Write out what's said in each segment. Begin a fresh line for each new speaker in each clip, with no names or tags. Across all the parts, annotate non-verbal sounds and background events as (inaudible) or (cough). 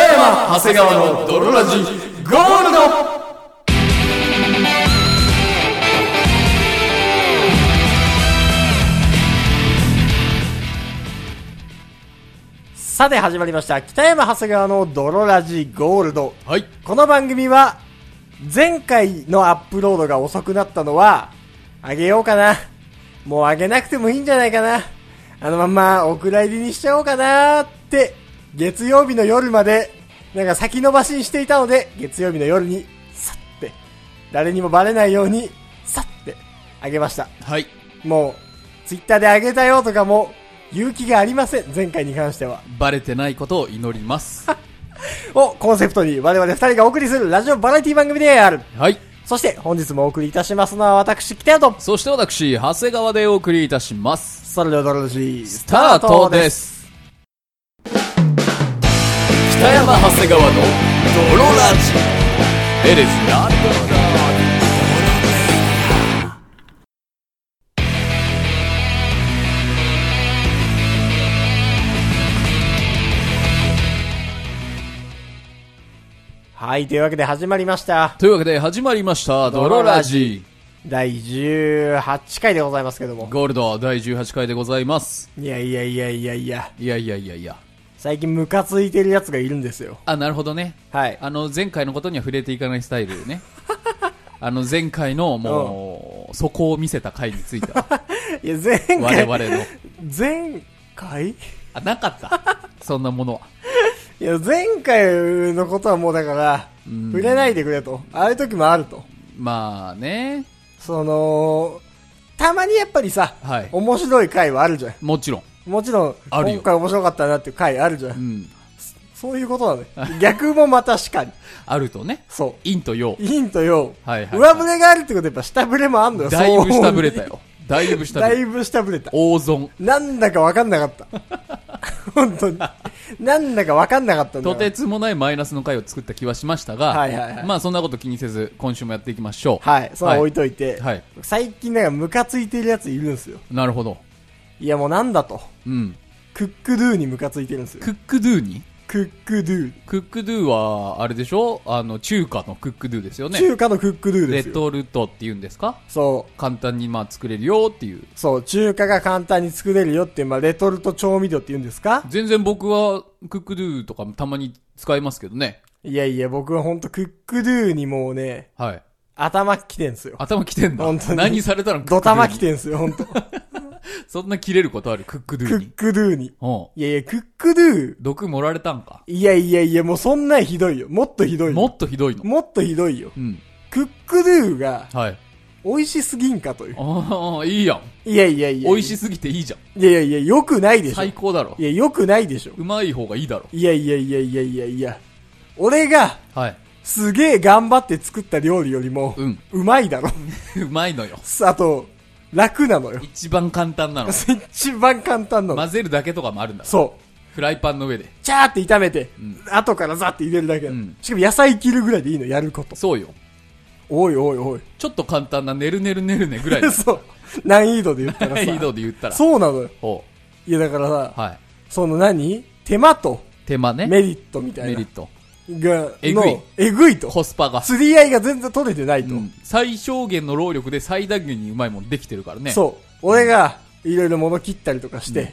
長谷川の泥ラジゴールド
さて始まりました。北山長谷川の泥ラジゴールド。
はい
この番組は、前回のアップロードが遅くなったのは、あげようかな。もうあげなくてもいいんじゃないかな。あのまんまお蔵入りにしちゃおうかなって、月曜日の夜まで、なんか先延ばしにしていたので、月曜日の夜に、さって、誰にもバレないように、さって、あげました。
はい
もう、ツイッターであげたよとかも、勇気がありません。前回に関しては。
バレてないことを祈ります (laughs)
をコンセプトに我々二人がお送りするラジオバラエティ番組である。
はい
そして本日もお送りいたしますのは私、北谷と。
そして私長谷川でお送りいたします
それではドロラジー、ス
スタートで。す北山長谷川の泥ラジ It is not
はい、というわけで始まりました。
というわけで始まりました泥
泥
ラ
ラ
ジ
ジ第18回でございますけども。
ゴールド第18回でございます
いやいやいやいやいや、
いやいやいやいや
最近ムカついてるやつがいるんですよ。
あなるほどね
はい。
あの前回のことには触れていかないスタイルねあの前回のもうそこを見せた回については
いや、前
(laughs) 我
回、
々の
前回
あなかったそんなものはい
や、前回のことはもうだから、触れないでくれと。ああいう時もあると。
まあね
その、たまにやっぱりさ、
はい
面白い回はあるじゃん。
もちろん
もちろん、
あるよ
今回面白かったなっていう回あるじゃん。
うん
そういうことなのよ。逆もまたしかに。
あるとね
そ
陰と陽
う。陰と陽。
はいはい
上振れがあるってことはやっぱ下振れもあんのよ。
だいぶ下ぶれた
そう
よだいぶ下
だ
ぶれ
いぶ下振れた。
大損
なんだかわかんなかった。 (laughs) 本当に。なんだかわかんなかったんだ
と
から
てつもないマイナスの回を作った気はしましたが、
はいはいはい
まあそんなこと気にせず今週もやっていきましょう
はい。それは置いといて。
はい
最近なんかムカついてるやついるんですよ。
なるほど
いやもうなんだと。
うん
クックドゥにムカついてるんですよ。
クックドゥに
クックドゥ。
クックドゥは、あれでしょあの、中華のクックドゥですよね。
中華のクックドゥ
レ
ですよ。
トルトって言うんですか
そう。
簡単にまあ作れるよっていう。
そう、中華が簡単に作れるよっていう、まあ、レトルト調味料って言うんですか
全然僕はクックドゥとかもたまに使いますけどね。
いやいや、僕はほんとクックドゥにもうね、
はい。
頭きてんすよ。
頭きてんだ。
本当に
何されたの
ドタマき
て。
てんすよ、ほんと。ク
そんな切れることあるクックドゥ
ッ
に。
クドゥに。
うん。
いやいや、クックドゥ。
毒盛られたんか。
いやいやいや、もうそんなんひどいよ。もっとひどいよ。
もっとひどいの。
もっとひどいよ。
うん。
クックドゥが
はい。
美味しすぎんかという。
ああ、いいやん。
いやいやいや。
美味し
す
すぎていいじゃん。
いやいやいや、良くないでしょ。
最
い
高だろ。
や、良くないでしょ。
うまい方がいいだろ。
いやいやいやいやいやいや。俺が
はい。
すげえ頑張って作った料理よりも、
うん。 (laughs)
うまいだろ。
うまいのよ。
あと、楽なのよ。
一番簡単なの。
(laughs) 一番簡単なの。
混ぜるだけとかもあるんだ。
そう。
フライパンの上で。
チャーって炒めて、後からザって入れるだけ、
ん
しかも野菜切るぐらいでいいの、やること。
そうよ。
おいおいおい。
ちょっと簡単なねるねるねるねぐらいの
(laughs) そう。難易度で言ったらさ。
難易度で言ったら。
そうなのよ。
おう
いやだからさ、
はい。
その何手間と
手間ね。メ
メリットみたい
リッ
な。
ト。
が、
えぐい
の、えぐいと。
コスパが。
釣り合いが全然取れてないと。
うん最小限の労力で最大限にうまいもんできてるからね。
そう。俺が、いろいろ物切ったりとかして、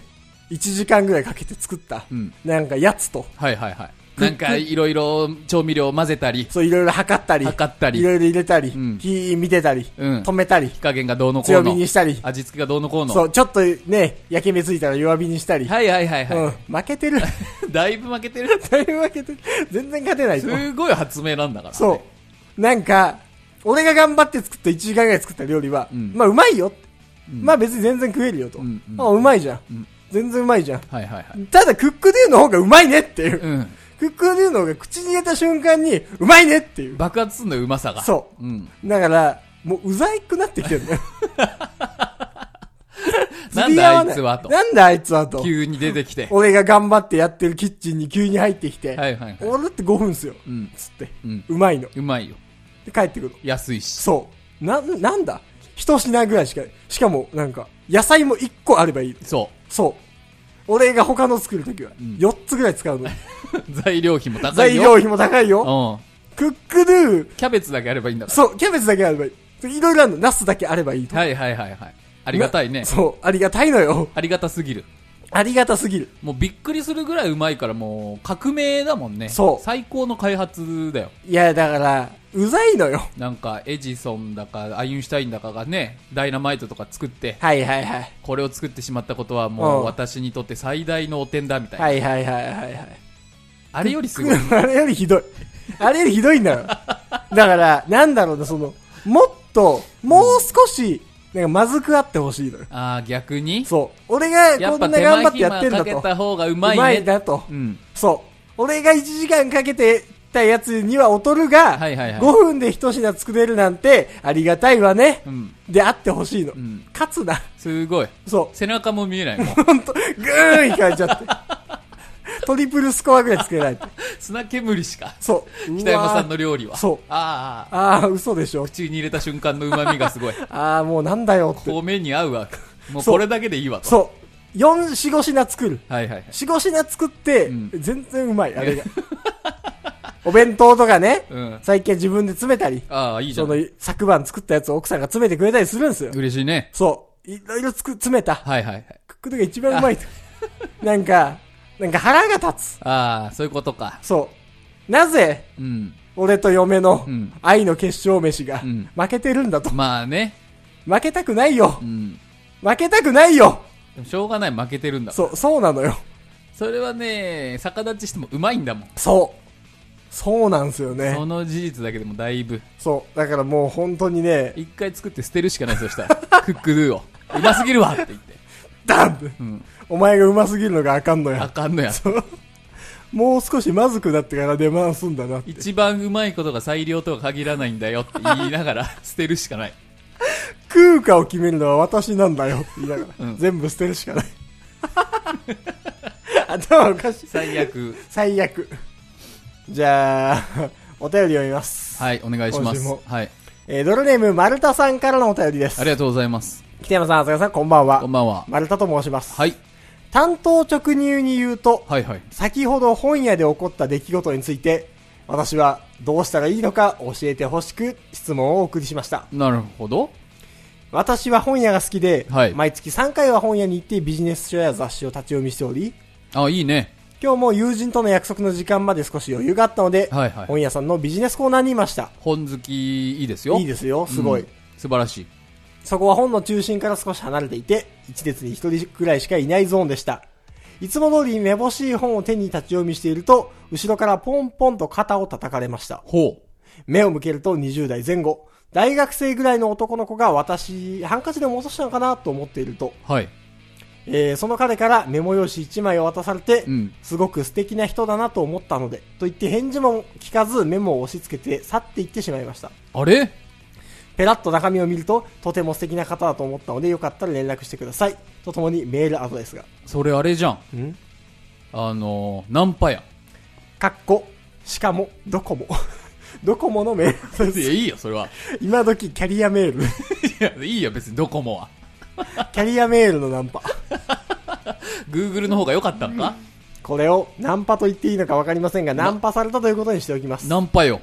1時間ぐらいかけて作った、
うん
なんかやつと。
はいはいはい。なんかいろいろ調味料混ぜたり、
そう、いろいろ測ったり。
測ったり
いろいろ入れたり。
うん
火見てたり。
うん
止めたり。
火加減がどうのこう
強
の
火。にしたり。
味付けがどうのこうの。
そう、ちょっとね、焼け目ついたら弱火にしたり。
はいはいはいは
うん。負け
(laughs)
てる。
い。だいぶ負けてる。
だいぶ負けてる。全然勝てないと。
すごい発明なんだから。
そ。う。なんか、俺が頑張って作った1時間ぐらい作った料理は、
うん
まあうまいよ。まあ別に全然食えるよと。
んうん
あうまいじゃん,、
ん
全然うまいじゃん。
はいはいはい。
ただクックデューの方がうまいねっていう。
うん。
クックデューの方が口に入れた瞬間に、うまいねっていう。
爆発すんのようまさが。。
そう
うん。
う。だから、もううざいくなって
(laughs)
きてるのよ。
なんだあいつはと。
なんだあいつはと。
急に出てきて。
俺が頑張ってやってるキッチンに急に入ってきて、
はいはいはい。
俺だって5分っすよ。
うん。
つって、
うん
うまいの。
うまいよ。
で、帰ってくる。
安いし。
そう。な、なんだ一品ぐらいしか、しかも、なんか、野菜も1個あればいい。
そ
そう。俺が他の作るときは、
ん
4つぐらい使う
(laughs)
の。
材料費も高い
材
よ。
料費も高いよ。
うん。
クックドゥ
キャベツだけあればいいんだか
そう、キャベツだけあればいい。いろいろあるの。ナスだけあればいいと。
ら。はいはいはいはい。ありがたいね
な。そう、ありがたいのよ。
ありがたすぎる。
ありがたすぎる。
もうびっくりするぐらいうまいからもう革命だもんね。
そう
最高の開発だよ。
いや、だから、うざいのよ。
なんかエジソンだかアインシュタインだかがね、ダイナマイトとか作って、
はいはいはい。
これを作ってしまったことはも
う
うん私にとって最大の汚点だみたいな。
はいはいはいはいはい。
あれよりすごい。 (laughs)
あれよりひどい。あれよりひどいんだよ。だから、なんだろうな、その、もっと、もう少し、なんかまずくあってほしいのよ。
ああ、逆に
そう。俺が
や
こ
っぱ
んな
手
頑張
間
ってやって
暇
んだ
かけ
と。
た方がう
う
まいね。
まいなと。
うん。
そう。俺が1時間かけてたやつには劣るが、
はいはいは
5
い
分で一品作れるなんてありがたいわね。
うん。
であってほしいの。
うん。
勝つな。
すごい。
そ
背中も見えないも
(laughs)
ん。
う。ほんと、ぐーんいかれちゃって。
(laughs)
トリプルスコアぐらいつけないと。
砂煙しか。
そう。
北山さん
うわー
の料理は。
そう
ああ、
ああ、嘘でしょ。
口に入れた瞬間の旨味
(laughs)
がすごい。
ああ、もうなんだよって。
米に合うわ。もう
そう
これだけでいいわと。
そう。4、4、5品作る。
はいはいはい。
4、5品作って、
うん
全然うまい、あれが。 (laughs) お弁当とかね、
うん。
最近は自分で詰めたり、
ああ、いいじゃ
その
ん。
昨晩作ったやつを奥さんが詰めてくれたりするんですよ。
嬉しいね。
そう。いろいろつく、詰めた。
はいはいはい。
クックドゥが一番う
(laughs)
まいと。なんか、なんか腹が立つ。
ああ、そういうことか。
そう。なぜ、
うん。
俺と嫁の
うん
愛の結晶飯が
うん
負けてるんだと。
まあね。
負けたくないよ
う。ん。
負けたくないよ。
でもしょうがない、負けてるんだ。
そう、そうなのよ。
それはね、逆立ちしてもうまいんだもん。
そう。そうなんですよね
そ。の事実だけでもだいぶ。
そう。だからもう本当にね、
一回作って捨てるしかないですよ、そしたら。 (laughs) クックドゥを。うますぎるわって言って。
ダンって、
ん
お前がうますぎるのがあかんの
あ
や。
かんのや。
もう少しまずくなってから出回すんだなって。
一番うまいことが最良とは限らないんだよって言いながら捨てるしかない。
食うかを決めるのは私なんだよって言いながら、
うん
全部捨てるしかない。 (laughs) 頭おかしい。
最悪。
最悪。じゃあ、お便り読みます。
はい、お願いしま
今週
す
も。
はい。
えードルネーム、丸太さんからのお便りです。
ありがとうございます。
北山さん、浅香さん、こんばんは。
こんばんは。
丸太と申します。
はい。
担当直入に言うと、
はいはい。
先ほど本屋で起こった出来事について、私はどうしたらいいのか教えてほしく質問をお送りしました。
なるほど。
私は本屋が好きで、
はい
毎月3回は本屋に行ってビジネス書や雑誌を立ち読みしており、
あ、いいね。
今日も友人との約束の時間まで少し余裕があったので、
はいはい
本屋さんのビジネスコーナーにいました。
本好きいいですよ。
いいですよ、すごい。
うん素晴らしい。
そこは本の中心から少し離れていて、一列に一人くらいしかいないゾーンでした。いつも通りめぼしい本を手に立ち読みしていると、後ろからポンポンと肩を叩かれました。
ほ
目を向けると20代前後。大学生ぐらいの男の子が私、ハンカチでも落としたのかなと思っていると、
う。はい。
えーその彼からメモ用紙1枚を渡されて、
うん
すごく素敵な人だなと思ったので、と言って返事も聞かずメモを押し付けて去っていってしまいました。
あれ
ペラッと中身を見ると、とても素敵な方だと思ったので、よかったら連絡してください。とともにメールアドレスが。
それあれじゃん。
ん
あのー、ナンパや。
かっこ、しかも、ドコモ。 (laughs) ドコモのメールアドレ
いや、
ス。
(laughs) いいよ、それは。
今時キャリアメール。
いや、いいよ、別にドコモは。
キャリアメールのナンパ。
Google の方が良かったのか
これをナンパと言っていいのか分かりませんが、ナンパされたということにしておきます。
ナンパよ。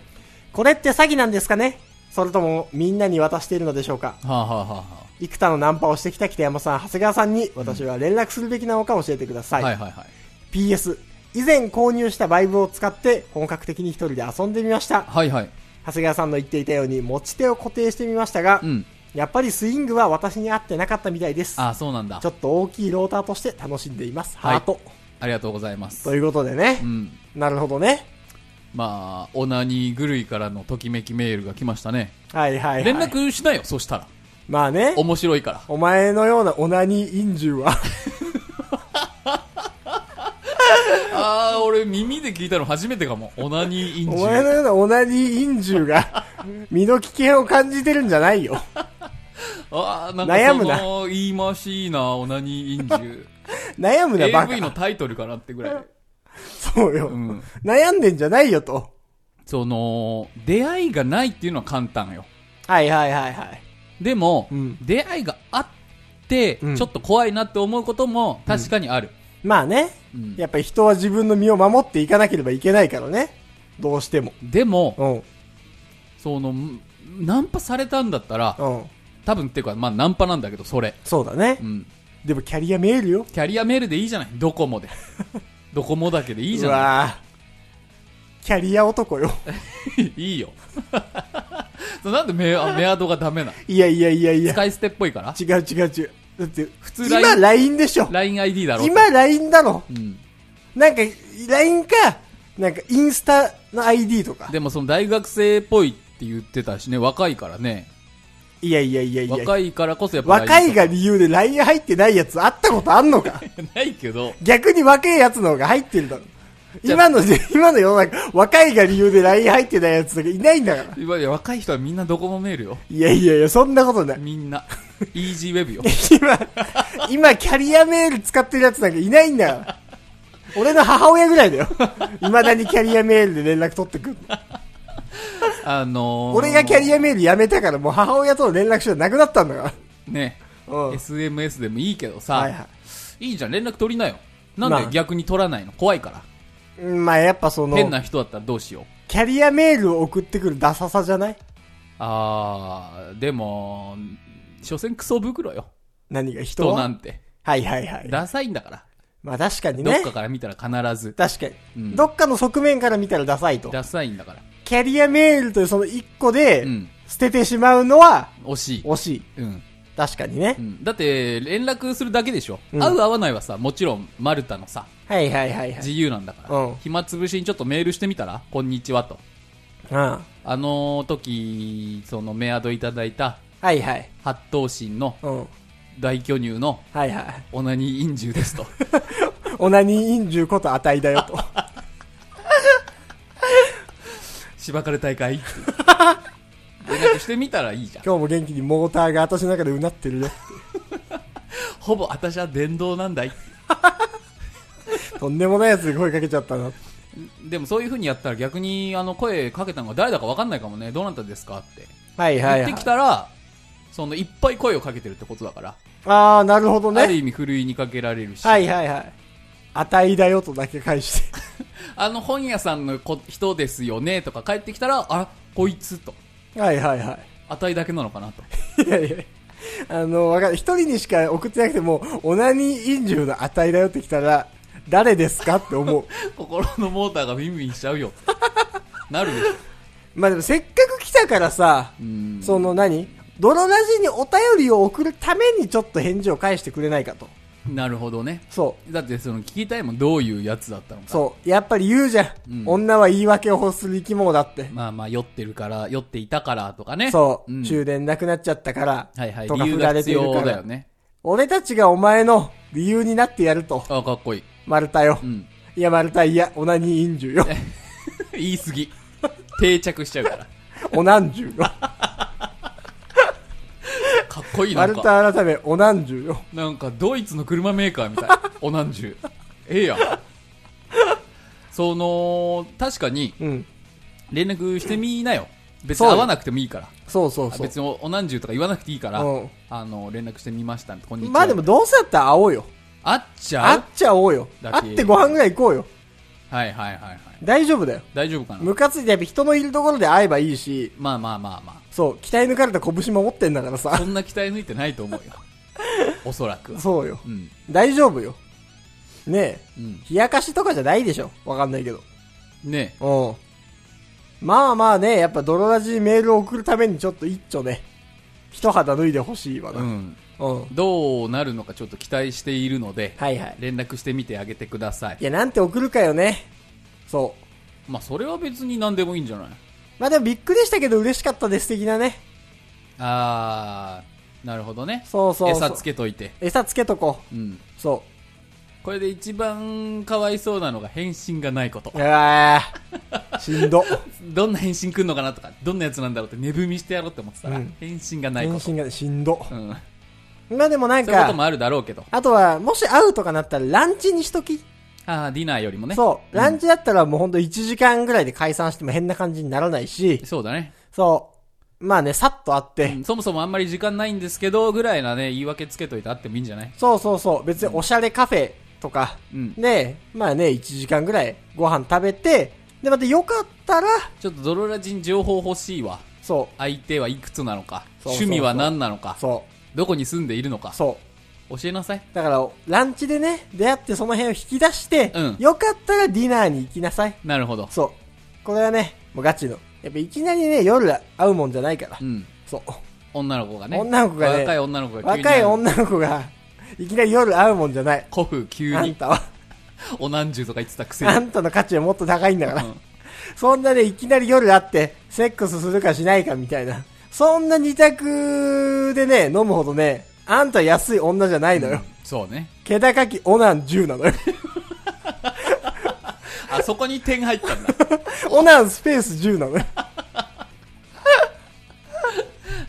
これって詐欺なんですかねそれともみんなに渡しているのでしょうか
はあ、はあはあは
幾多のナンパをしてきた北山さん、長谷川さんに私は連絡するべきなのか教えてくださ
あ、
い。
はいはいはい。
PS、以前購入したバイブを使って本格的に一人で遊んでみました。
はいはい。
長谷川さんの言っていたように持ち手を固定してみましたが、
うん。
やっぱりスイングは私に合ってなかったみたいです。
あ、そうなんだ
ちょ。っと大きいローターとして楽しんでいます。
はい
ハート。
ありがとうございます
と。いうことでね
う。ん。
なるほどね。
まあ、オナニー狂いからのときめきメールが来ましたね。
はいはい、はい。
連絡しないよ、そしたら。
まあね。
面白いから。
お前のようなオナニー陰獣は
ああ、俺耳で聞いたの初めてかも。オナニーイン
お
ジ
前のようなオナニー陰獣
(laughs)
が身の危険を感じてるんじゃないよ
ああ、なんか
悩
そ
むな
の、言い回しいな、オナニーインジ
悩 (laughs) むなバ
AV の
カ
タイトルかなってぐらい。
そうよ、
うん。
悩んでんじゃないよと
その、出会いがないっていうのは簡単よ。
はいはいはいはい
でも、
うん
出会いがあって、
うん
ちょっと怖いなって思うことも確かにある。
まあね、
うん
やっぱり人は自分の身を守っていかなければいけないからね。どうしても。
でも、
うん。
その、んナンパされたんだったら、
うん。
多分っていうか、まあナンパなんだけど、それ。
そうだね
う。ん。
でもキャリアメールよ。
キャリアメールでいいじゃない。ドコ
(laughs)
モで。ドコモだけでいいじゃ
う
な
わぁキャリア男よ。
い。 (laughs) いいよ。そうなんでメアメアドがダメなの
いやいやいやいや。
使い捨てっぽいから
違う違う違う。だって、普
通
今
LINE
LINE でしょ。
?LINEID だろ。
今 LINE だろ。
うん。
なんか、LINE か、なんかインスタの ID とか。
でもその大学生っぽいって言ってたしね、若いからね。
いやいやいやいや。
若いからこそやっぱ LINE
若いが理由で LINE 入ってないやつあったことあんのか (laughs)
ないけど、
逆に若いやつの方が入ってるだろ。
じゃ
今の時、今の世の中、若いが理由で LINE 入ってないやつとかいないんだから。
いわゆる若い人はみんなドコモメールよ。
いやいやいや、そんなことない。
みんな。イージーウェブよ。
今、今キャリアメール使ってるやつなんかいないんだよ。俺の母親ぐらいだよ。未だにキャリアメールで連絡取ってくる。
あのー、
俺がキャリアメールやめたからもう母親との連絡手段なくなったんだから。
ね、
うん。
SMS でもいいけどさ、
はい
い、
はい
じゃん、連絡取りなよ。な
ま
ん
あ
で逆に取らないの怖いから。
い。うんまあやっぱその、
変な人だったらどうしよう。
キャリアメールを送ってくるダサさじゃない
あー、でも、所詮クソ袋よ。
何が人
人
は
なんて。
はいはいはい。
ダサいんだから。
まあ確かに
どっ
ね
か。から見たら必ず。
確かに、
うん
どっかの側面から見たらダサいと。
ダサいんだから。
キャリアメールというその一個で
う、ん。
捨ててしまうのは
惜しい。
惜しい。
うん。
確かにね。
うんだって、連絡するだけでしょ。
うん
合う合わないはさ、もちろん、マルタのさ、
はいはいはいはい。
自由なんだから。
うん
暇つぶしにちょっとメールしてみたらこんにちはと。
うん。は
あの時、そのメアドいただいた、
いはい。
八頭身の
うん。はい
大巨乳の
はい。 (laughs)
オナニーインジュ (laughs) ですと。
オナニーインジュこと値だ
(laughs)
よと。
しばかれ大 (laughs) 会っていう。連絡してみたらいいじゃん。
今日も元気にモーターが私の中でうなってるよ。
ほぼ私は電動なんだい。
とんでもないやつに声かけちゃったな。
でもそういう風にやったら逆にあの声かけたのが誰だか分かんないかもね。どなたですかって。
はいはいは
言
い
ってき。たら、そのいっぱい声をかけてるってことだから。
あー、なるほど
ある
ね。
意味ふるいにかけられるし。
はいはいはい。値だよとだけ返して。 (laughs)
あの本屋さんのこ人ですよねとか帰ってきたら、あら、こいつと。
はいはいは
値だけなのかなと。 (laughs)
い。いやいやあの、わかる。一人にしか送ってなくても、オナニーインジュの値だよって来たら、誰ですかって思う。
心のモーターがビンビンしちゃうよ。 (laughs) なるでしょ。
まあでもせっかく来たからさ、
うん。
その何泥ラジにお便りを送るためにちょっと返事を返してくれないかと。
なるほどね。
そ
だってその聞きたいもんどういうやつだったの
う。
か。
そう。やっぱり言うじゃん。
うん
女は言い訳を欲する生き物だって。
まあまあ酔ってるから、酔っていたからとかね。
そう、
ん
終電なくなっちゃったから。
はいはい。
とか
理由
振ら
が
れ
必
ているか
要だ
ら
よ。ね。
俺たちがお前の理由になってやると。
あ、かっこいい。
丸太よ
う。ん。
いや、丸太いや、オナニーインジュ
(laughs)
よ。
言い過ぎ。定着しちゃうから。
オナンジュよ。
かっこいいな
丸
ん
太
か。
改め、オナンジュよ。
なんかドイツの車メーカー
(laughs)
みたい。おなんじゅう。ええやん。その、確かに
うん。
連絡してみなよ。別
そう
に
よ
会わなくてもいいから。
そうそう
あ
そう。
別におおなんじゅうとか言わなくていいから
うん、
あの、連絡してみました。こんにちは。
まあでも、どうせだったら会おうよ。
あっちゃ
会っ
う
ちゃおうよ。
だって
会ってご飯ぐらい行こうよ。
はいはいはいはい。
大丈夫だよ。
大丈夫かな
ムカついてやっぱ人のいるところで会えばいいし、
まあまあまあま
そう、鍛え抜かれた拳守ってんだから
あ。
さ
そ。んな期待抜いてないと思
(laughs)
うよ。おそらくは。
そうよ。
うん。
大丈夫よ。ねえ。
うん。
冷やかしとかじゃないでしょ。わかんないけど。
ね
うん。まあまあね、やっぱ泥ラジにメールを送るためにちょっと一丁ね、一肌脱いでほしいわ
え。
な。
う
うん。
ん。どうなるのかちょっと期待しているので、
はいはい。
連絡してみてあげてください
い。や、なんて送るかよね。そう。
まあ、それは別に何でもいいんじゃない
まあでもびっくりしたけど嬉しかったです的なね。
あー、なるほどね。
そうそうそう。
餌つけといて。
餌つけとこ
うん。
う。そ
これで一番かわいそうなのが返信がないこと (laughs)
う。う。わーしんど。
どんな返信来んのかなとか、どんなやつなんだろうって寝踏みしてやろうって思ってたら、
うん
返信がないこ
返
と。
信がしんど。
うん。
まあでもなん
そういうこと
か、
もあるだろうけど。
あとは、もし会うとかなったらランチにしとき。
ああ、ディナーよりもね。
そう。
ん
ランチだったらもうほんと1時間ぐらいで解散しても変な感じにならないし、
そうだね、
そう。まあね、さっと会って、
うんそもそもあんまり時間ないんですけど、ぐらいなね、言い訳つけといてあってもいいんじゃない
そうそうそう。別におしゃれカフェとか、
うん
で、まあね、1時間ぐらいご飯食べて、で、またよかったら、
ちょっとドロラジン情報欲しいわ。
そ
相手はいくつなのか、
そうそう
趣味は何なのか
う、、そ
どこに住んでいるのか
う、、そう。
教えなさい。
だから、ランチでね、出会ってその辺を引き出して、
うん
よかったらディナーに行きなさい。
なるほど。
そう。これはね、もうガチの。やっぱいきなりね、夜会うもんじゃないから。
うん。
そう。
女の子がね。
女の子がね
若い女の子が急に。
若い。女の子が、いきなり夜会うもんじゃない。
古風急
あん
に、
たは、
おなんじゅうとか言ってたくせに。
あんたの価値はもっと高いんだから。
うん
そんなね、いきなり夜会って、セックスするかしないかみたいな。そんな二択でね、飲むほどね、あんた安い女じゃないのよ。
そうね。
気高きオナン10なのよ。 (laughs)
あそこに点入ったん
(laughs)
だ。
オナンスペース10なのよ。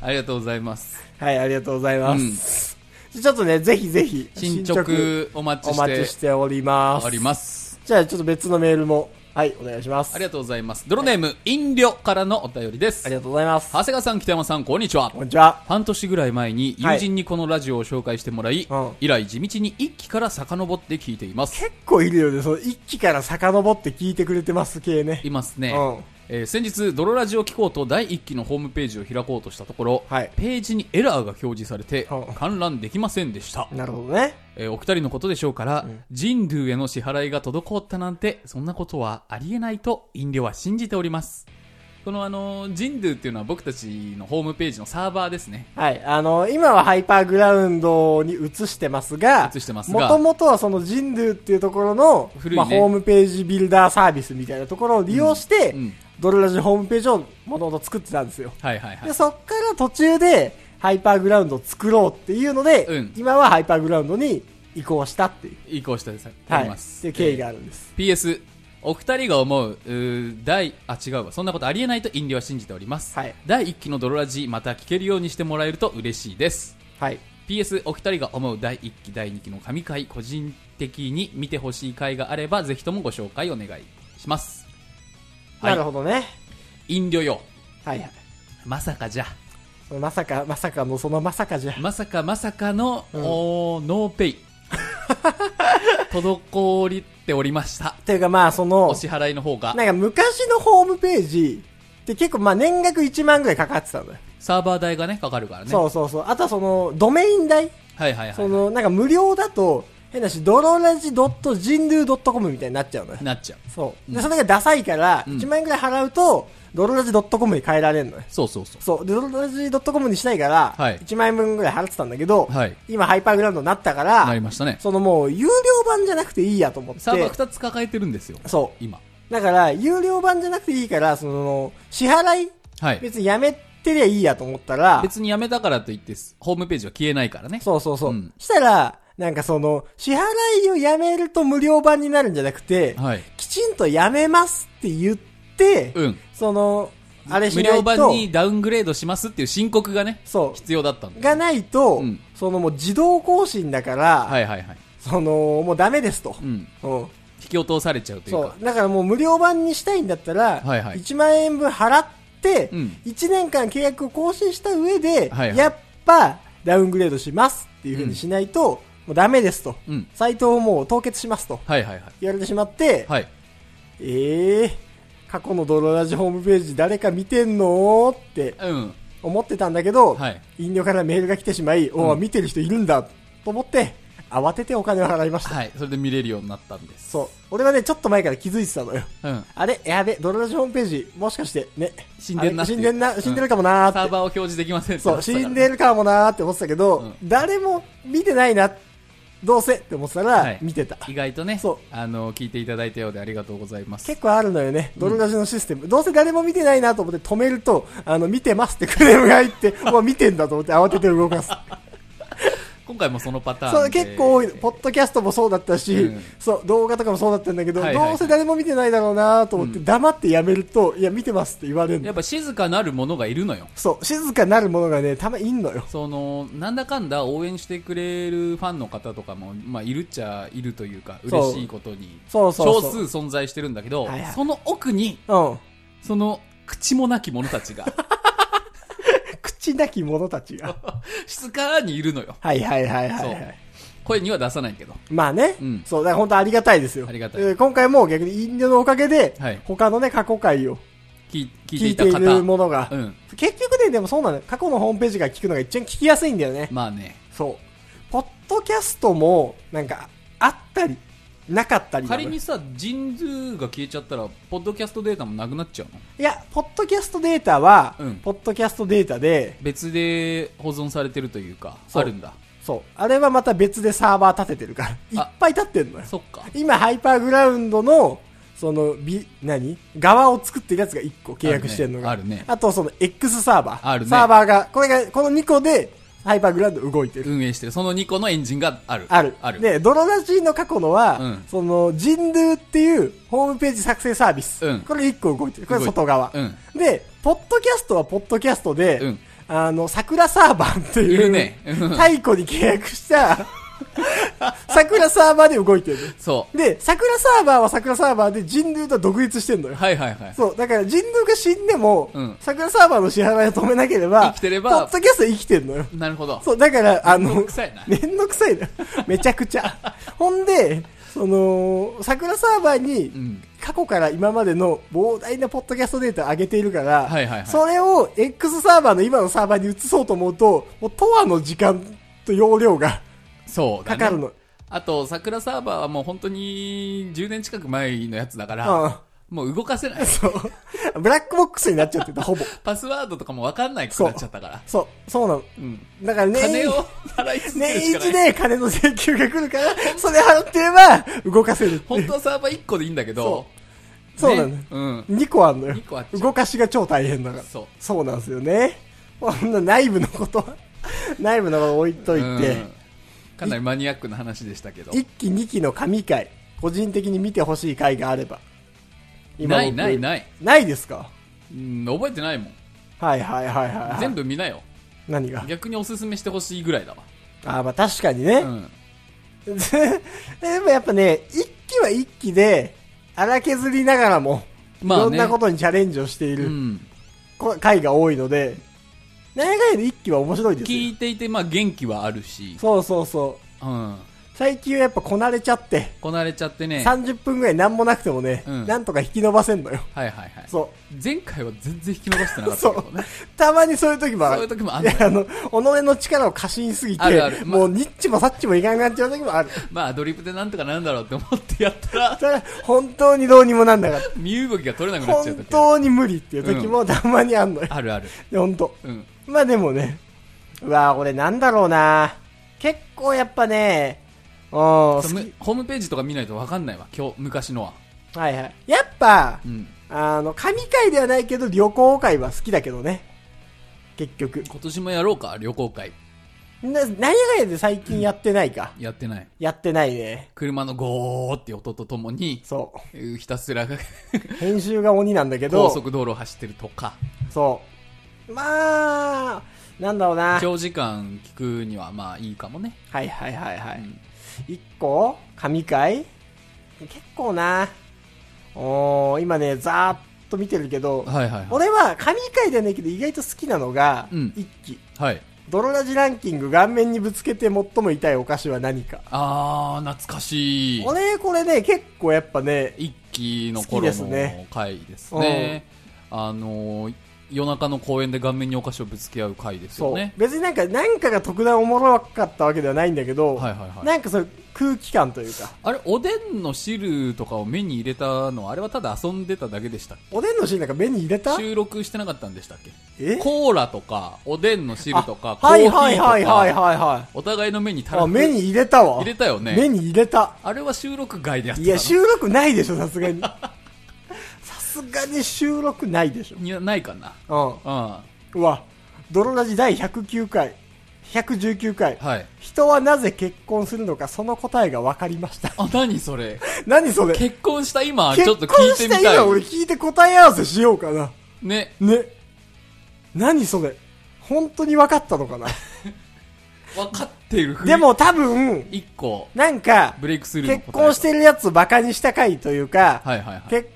ありがとうございます。
はい、ありがとうございます。ちょっとね、ぜひぜひ、
進捗お待ち
お待ちし
して
ております。
おります。
じゃあ、ちょっと別のメールも、はい、お願いします。
ありがとうございます。ドロネーム、飲料からのお便りです。
あり
長
がとうございます。
谷川さん、北山さん、こんにちは
こ。んにちは。
半年ぐらい前に
はい
友人にこのラジオを紹介してもらい、
うん
以来地道に一期から遡って聞いています
結構いるよね、その一期から遡って聞いてくれてます系ね。
いますね、
うん
えー先日「ドロラジ」を聞こうと第一期のホームページを開こうとしたところ、
はい
ページにエラーが表示されて、
うん
観覧できませんでした、
なるほどね。
えーお二人のことでしょうから、ジンドゥへの支払いが滞ったなんてそんなことはありえないと飲料は信じておりますこのあのージンドゥっていうのは僕たちのホームページのサーバーですね
はい。あの、今はハイパーグラウンドに移してますが、
移してます
も
が
ともとはそのジンドゥっていうところの、
古いね
まあ、ホームページビルダーサービスみたいなところを利用して、
うんうん
ドルラジホームページをもともと作ってたんですよ。
はいはいはい
で、そっから途中で、ハイパーグラウンドを作ろうっていうので、
うん
今はハイパーグラウンドに移行したっていう。
移行しており
はい。
ま
っ
す、
ていう経緯があるんです。
PS お二人が思ううー第あ違うわそんなことありえないと飲料は信じております、
はい
第1期の「ドロラジ」また聞けるようにしてもらえると嬉しいです
はい。
PS お二人が思う第1期第2期の神回個人的に見てほしい回があればぜひともご紹介お願いしますはい
なるほどね。
飲料よ
はいはい。
まさかじゃ
まさか、まさかのそのまさかじゃ。
まさかまさかの、
うん
おーノー
(laughs)
ペイ滞りっておりました
というかまあ、その
お、支払いの方が
なんか昔のホームページって結構まあ年額1万ぐらいかかってたのよ。
サーバー代がねかかるからね
そうそうそう。あとはその、ドメイン代、
はいはいはい
その、なんか無料だと、変だし、ドロラジドットジンドゥドットコムみたいになっちゃうのよ。
なっちゃう
そう。
う
で、
ん
それがダサいから、
うん
1万円ぐらい払うと、ドロラジドットコムに変えられるのよ。
そうそうそう
そう。で、ドロラジドットコムにしないから、
はい
1万円分ぐらい払ってたんだけど、
はい
今ハイパーグラウンドになったか
な
ら、
りましたね
そのもう、有料版じゃなくていいやと思って。
サーバー2つ抱えてるんですよ
そう。
今
だから、有料版じゃなくていいから、その、支払い、
はい
別にやめてりゃいいやと思ったら、
別にやめたからといってホームページは消えないからね
そうそうそう。
うん
したら、なんかその、支払いをやめると無料版になるんじゃなくて、
はい
きちんとやめますって言って、
うん
その、あれし
無
な
料
い
版
と、
にダウングレードしますっていう申告がね
そ
必要だったん
う、
で
がないと、
うん
そのもう自動更新だから、
はいはいはい
その、もうダメですと
う。ん
うん。
引き落とされちゃうという
そ
か
う。だからもう無料版にしたいんだったら、
はいはい
1万円分払って、
うん
1年間契約を更新した上で、
はいはい
やっぱダウングレードしますっていう風にしないと、もうダメですと。
うん
サイトをもう凍結しますと
はいはいはい
言われてしまって、
はい
ええー、過去のドロラジホームページ誰か見てんのって
うん
思ってたんだけど、
はい
飲料からメールが来てしまい、おお、
うん
見てる人いるんだと思って、慌ててお金を払いました。
はいそれで見れるようになったんです
そう。俺はね、ちょっと前から気づいてたのよ。
うん
あれやべ、ドロラジホームページ、もしかして、ね。
死んでんな
あれ死んでんな、
うん
死んでるかもなーって。
サーバーを表示できませんって
そ
な
う、
って
死
たから
んでるかもなーって思ってたけど、
う
誰も見てないな、どうせって思ってたら、
はい
見てた。
意外とね
そう
あの聞いていただいたようでありがとうございます
結構あるのよね、ドルラジのシステム。どうせ誰も見てないなと思って止めると、あの、見てますってクレームが入って、もう見てんだと思って慌てて動か
(laughs)
す。
今回もそのパターン
そう、
で
結構多いの。ポッドキャストもそうだったし、
うん
そう、動画とかもそうだったんだけど、
はいはいはい
どうせ誰も見てないだろうなと思って、黙ってやめると、いや、見てますって言われる
や
の
っ。ぱ静かなるものがいるのよ
そう、静かなるものがね、たまにいんのよ。
そのなんだかんだ応援してくれるファンの方とかも、まあ、いるっちゃいるというか
そう
嬉しいことに
そうそう
少
そう
数。存在してるんだけど
はいはい
その奥に
うん。
その口もなき者たち
(laughs)
が
口なき者たちが。
(laughs) 静かにいるのよ
はいはいはいはいはい。
声には出さないけど。
まあね、
うん
そう、だから本当ありがたいですよ。
ありがたい
えー今回も逆にインディオのおかげで、
はい
他のね、過去回を
聞い聞いて
聞い
いた
て
方。
いるものが、
うん。
結局ね、でもそうなのよ過去のホームページから聞くのが一番聞きやすいんだよね。
まあね。
そう。ポッドキャストも、なんか、あったり、なかったりなのよ
仮にさ、人数が消えちゃったら、ポッドキャストデータもなくなっちゃうの
いや、ポッドキャストデータは、
うん
ポッドキャストデータで、
別で保存されてるというか、
そう
あるんだ。
そう。あれはまた別でサーバー立ててるから、いっ
あ
ぱい立ってんのよ。
そっか。
今、ハイパーグラウンドの、その、び、何側を作ってるやつが1個契約してるのが。
あるねあるね
と、その、X サーバー。
あるね
サーバーが、これが、この2個で、ハイパーグラウンド動いてる。
運営してる。その2個のエンジンがある。
ある。
ある。
で、ドロラジーの過去のは、
うん
その、ジンドゥっていうホームページ作成サービス。
うん
これ1個動いてる。これ
動い
外側。
うん。
で、ポッドキャストはポッドキャストで、
うん
あの、桜サーバーって
い
いう、
るねうん
太古に契約
(laughs)
した、桜サーバーで動いてる。
そう。
で、桜サーバーは桜サーバーで人流とは独立してんのよ。
はいはいはい。
そう、だから人流が死んでも、
うん
桜サーバーの支払いを止めなければ、
生きてれば
ポッドキャストは生きてんのよ。
なるほど。
そう、だから、あの、
めんどくさいな
めんどくさいな。めちゃくちゃ。ほんで、その、桜サーバーに、
うん。
過去から今までの膨大なポッドキャストデータを上げているから、
はいはいはい
それを X サーバーの今のサーバーに移そうと思うと、もう、とわの時間と容量が
そうだ
かか
ね。
るの。
あと、桜サーバーはもう本当に10年近く前のやつだから、
うん
もう動か
(laughs)
せない。
そう。ブラックボックスになっちゃってた、ほぼ。
パスワードとかもわかんないくなっちゃったから。
そう、そうなの。
うん。
だからね、
金を払い続ける
年
しかない。
一で金の請求が来るから、それ払ってれば動かせるってい
本
う。
当はサーバー1個でいいんだけど。
そうなの。
ねうん。
2個あんのよ
二個あっちゃう
動かしが超大変だから。
そう。
そうなんですよね。こんな内部のことは、 (laughs) 内部のこと置いといて、
うんかなりマニアックな話でしたけど。
一期二期の神回、個人的に見てほしい回があれば。
ない
僕
ないない。
ないですか
うん、覚えてないもん。
はいはいはいはいはい。
全部見なよ。
何が
逆におすすめしてほしいぐらいだわ。
あーまあ確かにね。
うん。
(laughs) でもやっぱね、一期は一期で、荒削りながらも、
まあね
いろんなことにチャレンジをしていうる
ん。
こ回が多いので、何回で一期は面白いです
聞
よ。
いていて、まあ元気はあるし。
そうそうそう。
うん。
最近はやっぱこなれちゃって、
こなれちゃってね。はい
30分ぐらい何もなくてもね、
うん
なんとか引き伸ばせんのよ。
はいはい。
そ
前回は全然引き伸ばしてなかったけどね。
う。たまにそういう時もあ
そうい
る
う。時もあ
い
る
や、あの、己の力を過信すぎて、
あるあるまあ
もうニッチもサッチもいかんくなっちゃう時もある。
まあアドリブでなんとかなるんだろうって思ってやった
(laughs)
ら、
それは本当にどうにもなんだかっ
身動きが取れな
た。
くなっちゃ (laughs)
本
う時ある
当に無理っていう時もたまにあんのよ。
あるある。
で本当。
うん。
まあでもね、うわぁ、俺なんだろうな結構やっぱね、うん、好
そ
き
うむホームページとか見ないとわかんないわ。今日、昔のは。
はいはい。やっぱ
う、ん。
あの、神会ではないけど旅行会は好きだけどね。結局。
今年もやろうか、旅行会。
な、何やかんやで最近やってないか。
やってない。
やってないね。
車のゴーって音とともに、
そ
えーひたすら
う。編集が鬼なんだけど。
高速道路を走ってるとか、
そう。まあ、なんだろうな。はい
長時間聞くにはまあいいかもね。
はいはいは
う
い。
ん
一個神会結構な。おー、今ね、ざーっと見てるけど、
はいはいは
俺は神回ではないけど意外と好きなのが、
うん
一期。
い。はい。
泥ラジランキング顔面にぶつけて最も痛いお菓子は何か。
あー、懐かしい。
俺、これね、結構やっぱね、
一期の
好き
頃
ですね
の回ですね。あのー、夜中の公園で顔面にお菓子をぶつけ合う回です
そ
よ
う。
ね。
別になんか、なんかが特段おもろかったわけではないんだけど、
はいはいはい
なんかその空気感というか、
あれ、おでんの汁とかを目に入れたのは、あれはただ遊んでただけでしたっけ
おでんのシーンなんか目に入れた
収録してなかったんでしたっけ
え
コーラとか、おでんの汁とか、コー
は
ヒ
い
ーと
はいはいはい
か、
はいは
お互いの目に垂
い。
ら
あ、目
して
に入れたわ。
入れたよね
目に入れた。
あれは収録外でやって
い
たの
や、収録ないでしょ、さすがに。 (laughs) さすがに収録ないでし
いやないかな。
ょ。
うん。
うん。うわ、泥ラジ第109回、119回。
はい。
人はなぜ結婚するのか、その答えが分かりました。 (laughs)
あ、何それ
何それ
結婚した今、ちょ
結
っと聞
婚
いて
し
み
た
たい
今。俺聞いて答え合わせしようかな。
ね、
ね。何それ本当に分かったの
(laughs)
かな
分かってるふり
で、も多分、
一個、
なんか、
ブレイクスルーの
結婚してるやつをバカにした回というか、
はいはいはい。
結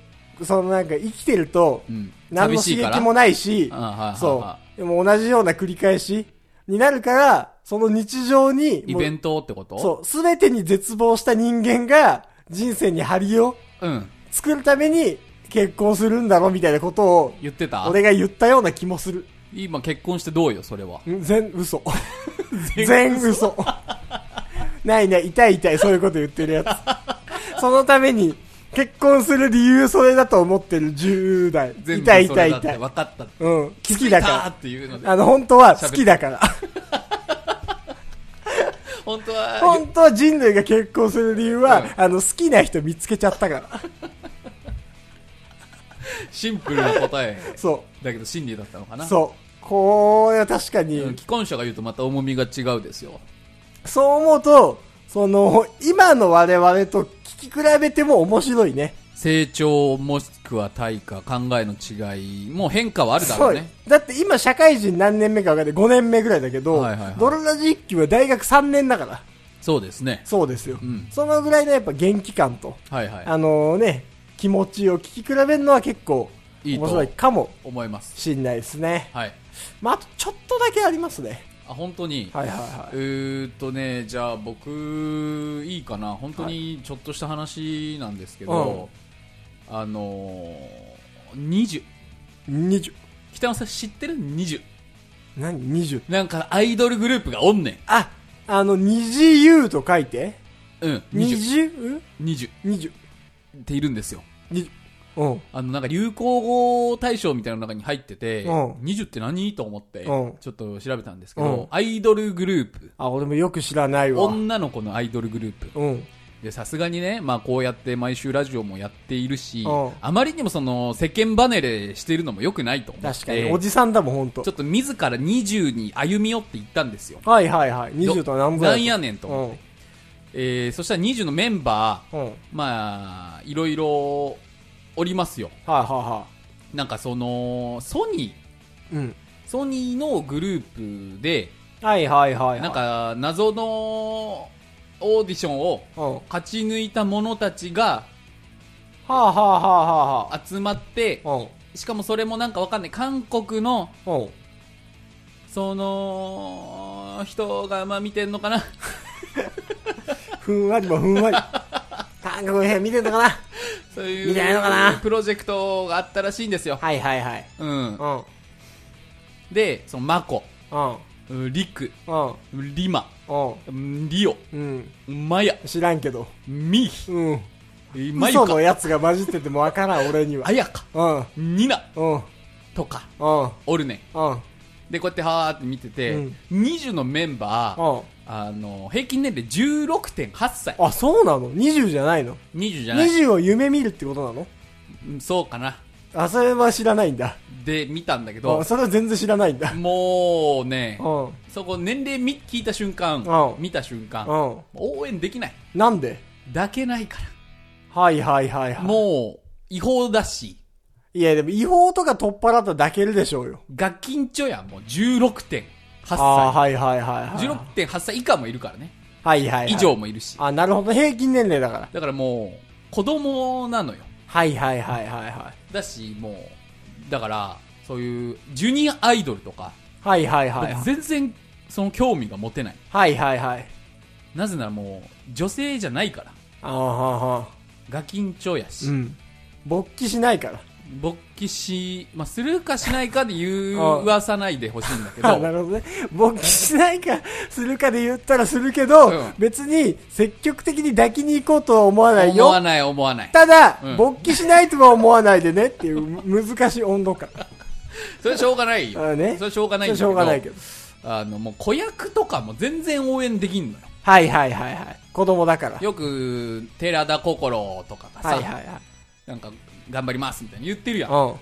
そのなんか生きてると
う、ん。
何の刺
寂しいから。
激もないし
うんはいはいは、い
そう。でも同じような繰り返し、になるから、その日常に、
イベントってこと
トそう、すべてに絶望した人間が、人生に張りを
う。うん。
作るために、結婚するんだろ、みたいなことを、
言ってた
俺が言ったような気もする。
今結婚してどうよ、それは。
ん全
(laughs)
嘘。全嘘。ないない、痛い痛い、そういうこと言ってるやつ。そのために、結婚する理由それだと思ってる10代。
全部
痛い
そ
痛
れ
い
だって
痛い。
分かっ
う
た。
ん。好
気づ
き
いた
だか
っていうので
ら。あ。の、本当は好きだ
(laughs)
から。
本当は、
本当は人類が結婚する理由は、
うん
あの、好きな人見つけちゃったから。
シンプルな答え。
そ
だけど真理だったのか
う。
な。
そう。これは確かに、
うん既婚者が言うとまた重みが違うですよ。
そう思うと、その、今の我々と聞き比べても面白いね。
成長もしくは対価、考えの違い、もう変化はあるだろ
そうう
ね。。
だって今社会人何年目か分かんない。5年目ぐらいだけど、
はいはいはい
ドロラジ一級は大学3年だから。
そうですね。
そうですよ。
うん
そのぐらいのやっぱ元気感と、
はいはい。
あのね、気持ちを聞き比べるのは結構
いいと
面白いかも
思います。
しんないですね。
はい。
まあ、あとちょっとだけありますね。
あ、本当に。
はいはいは
えーっとね、じゃあ僕、いいかな。本当にちょっとした話なんですけど、あのー、20。
い。20。
北野さん知ってる ?20。
何 ?20。
なんかアイドルグループがおんね
あ、あの、二次 U と書いて。
ん。うん。
二
20。
十うん
20。
二十。
っているんですよ。
二十。うん。
あの、なんか流行語大賞みたいなの中に入ってて、
うん
20って何と思って、ち
う
ょ
ん
っと調べたんですけ
うん
ど、アイドルグループ。
あ、俺もよく知らないわ。
女の子のアイドルグループ。
うん。
で、さすがにね、まあこうやって毎週ラジオもやっているし
うん、
あまりにもその世間離れしているのも良くないと思って。
確かに。おじさんだもん、ほんと
ちょ。っと自ら20に歩み寄っていったんですよ。
はいはいはい。二十とは何ぞ
なんやねんと
う
思って。
ん。
えーそしたら20のメンバー、
うん。はい
まあ、いろいろおりますよ。
はいは
なんかその、ソニ
い。
ー、
うん。
ソニーのグループで、
はいはいはい。
なん、か謎のオーディションを
うん。は
勝ち抜いた者たちが
あはあはあは
集まって
あ、は
しかもそれもなんかわかんない、韓国の、
あ。うん。うん。
その、人がまあ見てんのかな (laughs)
ふんわりもふんわり。韓国編見てんのかな
そういう、
見てないのかな
プロジェクトがあったらしいんですよ。
はいはいはい。
うん
う。ん。
で、その、マコ、
うん。
リク、
うん。
リマ、
うん。
リオ、
うん。
マヤ、
知らんけど。
ミヒ、
うん。
マユ
嘘の
カ、
やつが混じっててもわからん、俺には
ア。ヤカ、
うん。
ニナ
うん。うん。
とか、
うん。
おるねん。
うん。
で、こうやってはーって見てて、
うん
20のメンバー、
うん。
あの、平均年齢16.8歳。
あ、そうなの ?20 じゃないの
20じゃない
?20 を夢見るってことなの
うんそうかな。
あ、それは知らないんだ。
で、見たんだけど
あ、それは全然知らないんだ。
もうね
う、ん。う
そこ年齢み聞いた瞬間
う、ん
見た瞬間、
ん。
応援できない。
なんで
抱けないか
はいはいはい
ら。
はい。
もう、違法だし、
いや、でも違法とか取っ払ったら抱けるでしょうよ。
ガキンチョやん、もう16.8
ああー、
歳。
はいはいはいはい。
16.8歳以下もいるからね。
はいはい、はい。
以上。もいるし。
あ、なるほど。平均年齢だから。
だからもう、子供なのよ。
はいはいはいはいはい。
だし、もう、だから、そういう、ジュニアアイドルとか、
はいはいはいはい。
全然、その興味が持てない。
はいはいはい。
なぜならもう、女性じゃないから。
あーはーは
ガキンチョやし。
ーうん。勃起しないから。
勃起し、まあ、するかしないかで言う噂ないでほしいんだけど、
あなるほどね。勃起しないか、するかで言ったらするけど、
うん
別に積極的に抱きに行こうとは思わない
思わ
よ。
ない思わない。
ただ、
うん
勃起しないとは思わないでねっていうむ難しい温度感。
それしょうがないよ。
あね
それしょうがないん
それし
だけど、
ょうがないけど。
あの、もう子役とかも全然応援できんのよ。
はいはいはいはい。子供だから。
よく、寺田心とかがさ、
はいはいはい。
なんか、頑張りますみたいに言ってるや。
うんん。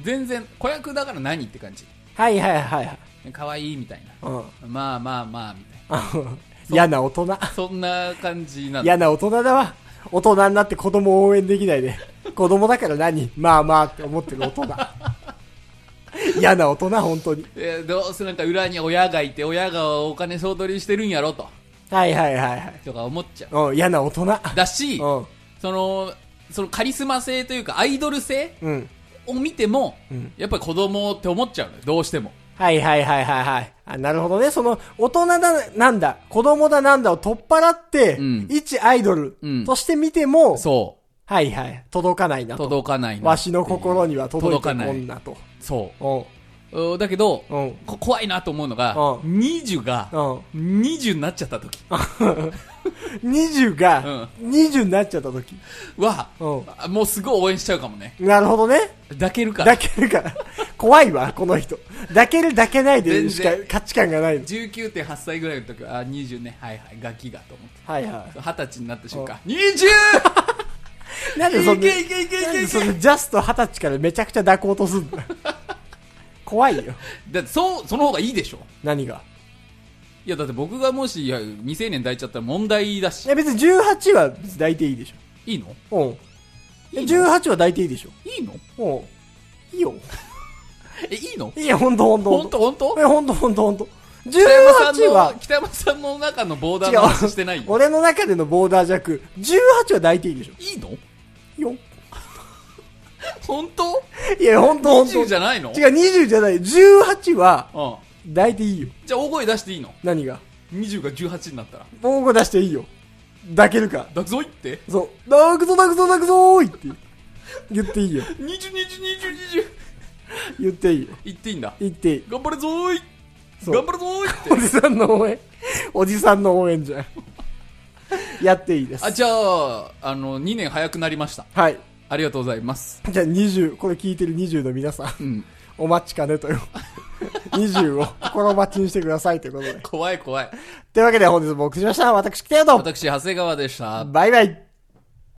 全然、子役だから何って感じ。
はいはいはいはい。
可愛いみたいな。
うん
まあまあまあ、みたい
(laughs)
な。
あの。嫌な大人。
そんな感じなんだ。
嫌な大人だわ。大人になって子供を応援できないで。子供だから何まあまあって思ってる大人。嫌な大人、本当に。
えーどうせなんか裏に親がいて、親がお金総取りしてるんやろと、
はいはいはいはい。
とか思っちゃう。
うん、嫌な大人。
だし、
うん。
その、そのカリスマ性というか、アイドル性
うん。
を見ても、
うん
やっぱり子供って思っちゃうのよ、どうしても。
はいはいはいはいはい。あなるほどね。その、大人だ、なんだ、子供だなんだを取っ払って、
うん
一アイドル
うん
として見ても、
そ
はいはい、届かないな
う。
と。
届かないな
わしの心には届いてこん
届
なと。
そ
うん。
う。うだけど、
うん。
こ怖いなと思うのが、
う
20が、
うん。
20になっちゃった時
20が、20になっ
(laughs)
ちゃった時。
は、
うん
あもうすごい応援しちゃうかもね。
なるほどね。
抱けるから。
抱けるから。怖い
(laughs)
わ、この人。抱ける抱けないでしか
全然
価値観がないの。
19.8歳ぐらいの時は、あ、20ね、はいはい、ガキがと思って。
はいは
二十歳になった瞬間、20!
い。なんでそん
い
な、
けいけいけい
なん
け
で
い
そ
け
のジャスト二十歳からめちゃくちゃ抱こうとすんの (laughs) 怖いよ。
だってそう、その方がいいでしょ。
何が。
いや、だって僕がもし、いや、未成年抱いちゃったら問題だ
い
し。
や別に18は別に抱いていいでし
いいの
ょ。うん。
いい
18
の
は抱いていいでし
いいの
ょ。うん。いいよ。
え、いいの
いや、ほんとほんとほ
本
んと。
当本当
え、ほんとほんとほんと。
北山さ
18
ん
は
の、、北山さんの中のボーダーの話してないよ。
俺の中でのボーダー弱、18は抱いていいでしょ。
いいの
いいよ。
本当
いや、ほんとほんと。違
?20
う、
じゃないのう。
20じゃない。18は
ん。
抱いていいよ。
じゃあ大声出していいの
何が
?20 が18になったら。
大声出していいよ。抱けるから。
抱くぞいって。
そう。泣くぞ泣くぞ泣くぞーいって言っていいよ。
20、20、20、20。
言っていいよ。
言っていいんだ。
言っていい。
頑張れぞーい
そう
頑張れぞーいっ
(laughs)
て。
おじさんの応援。おじさんの応援じゃん。やっていいです
あ、。じゃあ、あの、2年早くなりました。
はい。
ありがとうございます。
じゃあ20、これ聞いてる20の皆さん、
うん。
お待ちかねと (laughs) よ。20を心待ちにしてくださいということで。
怖い怖い。
というわけで本日もお送りしました。私、来たよと。
私、長谷川でした。
バイバイ。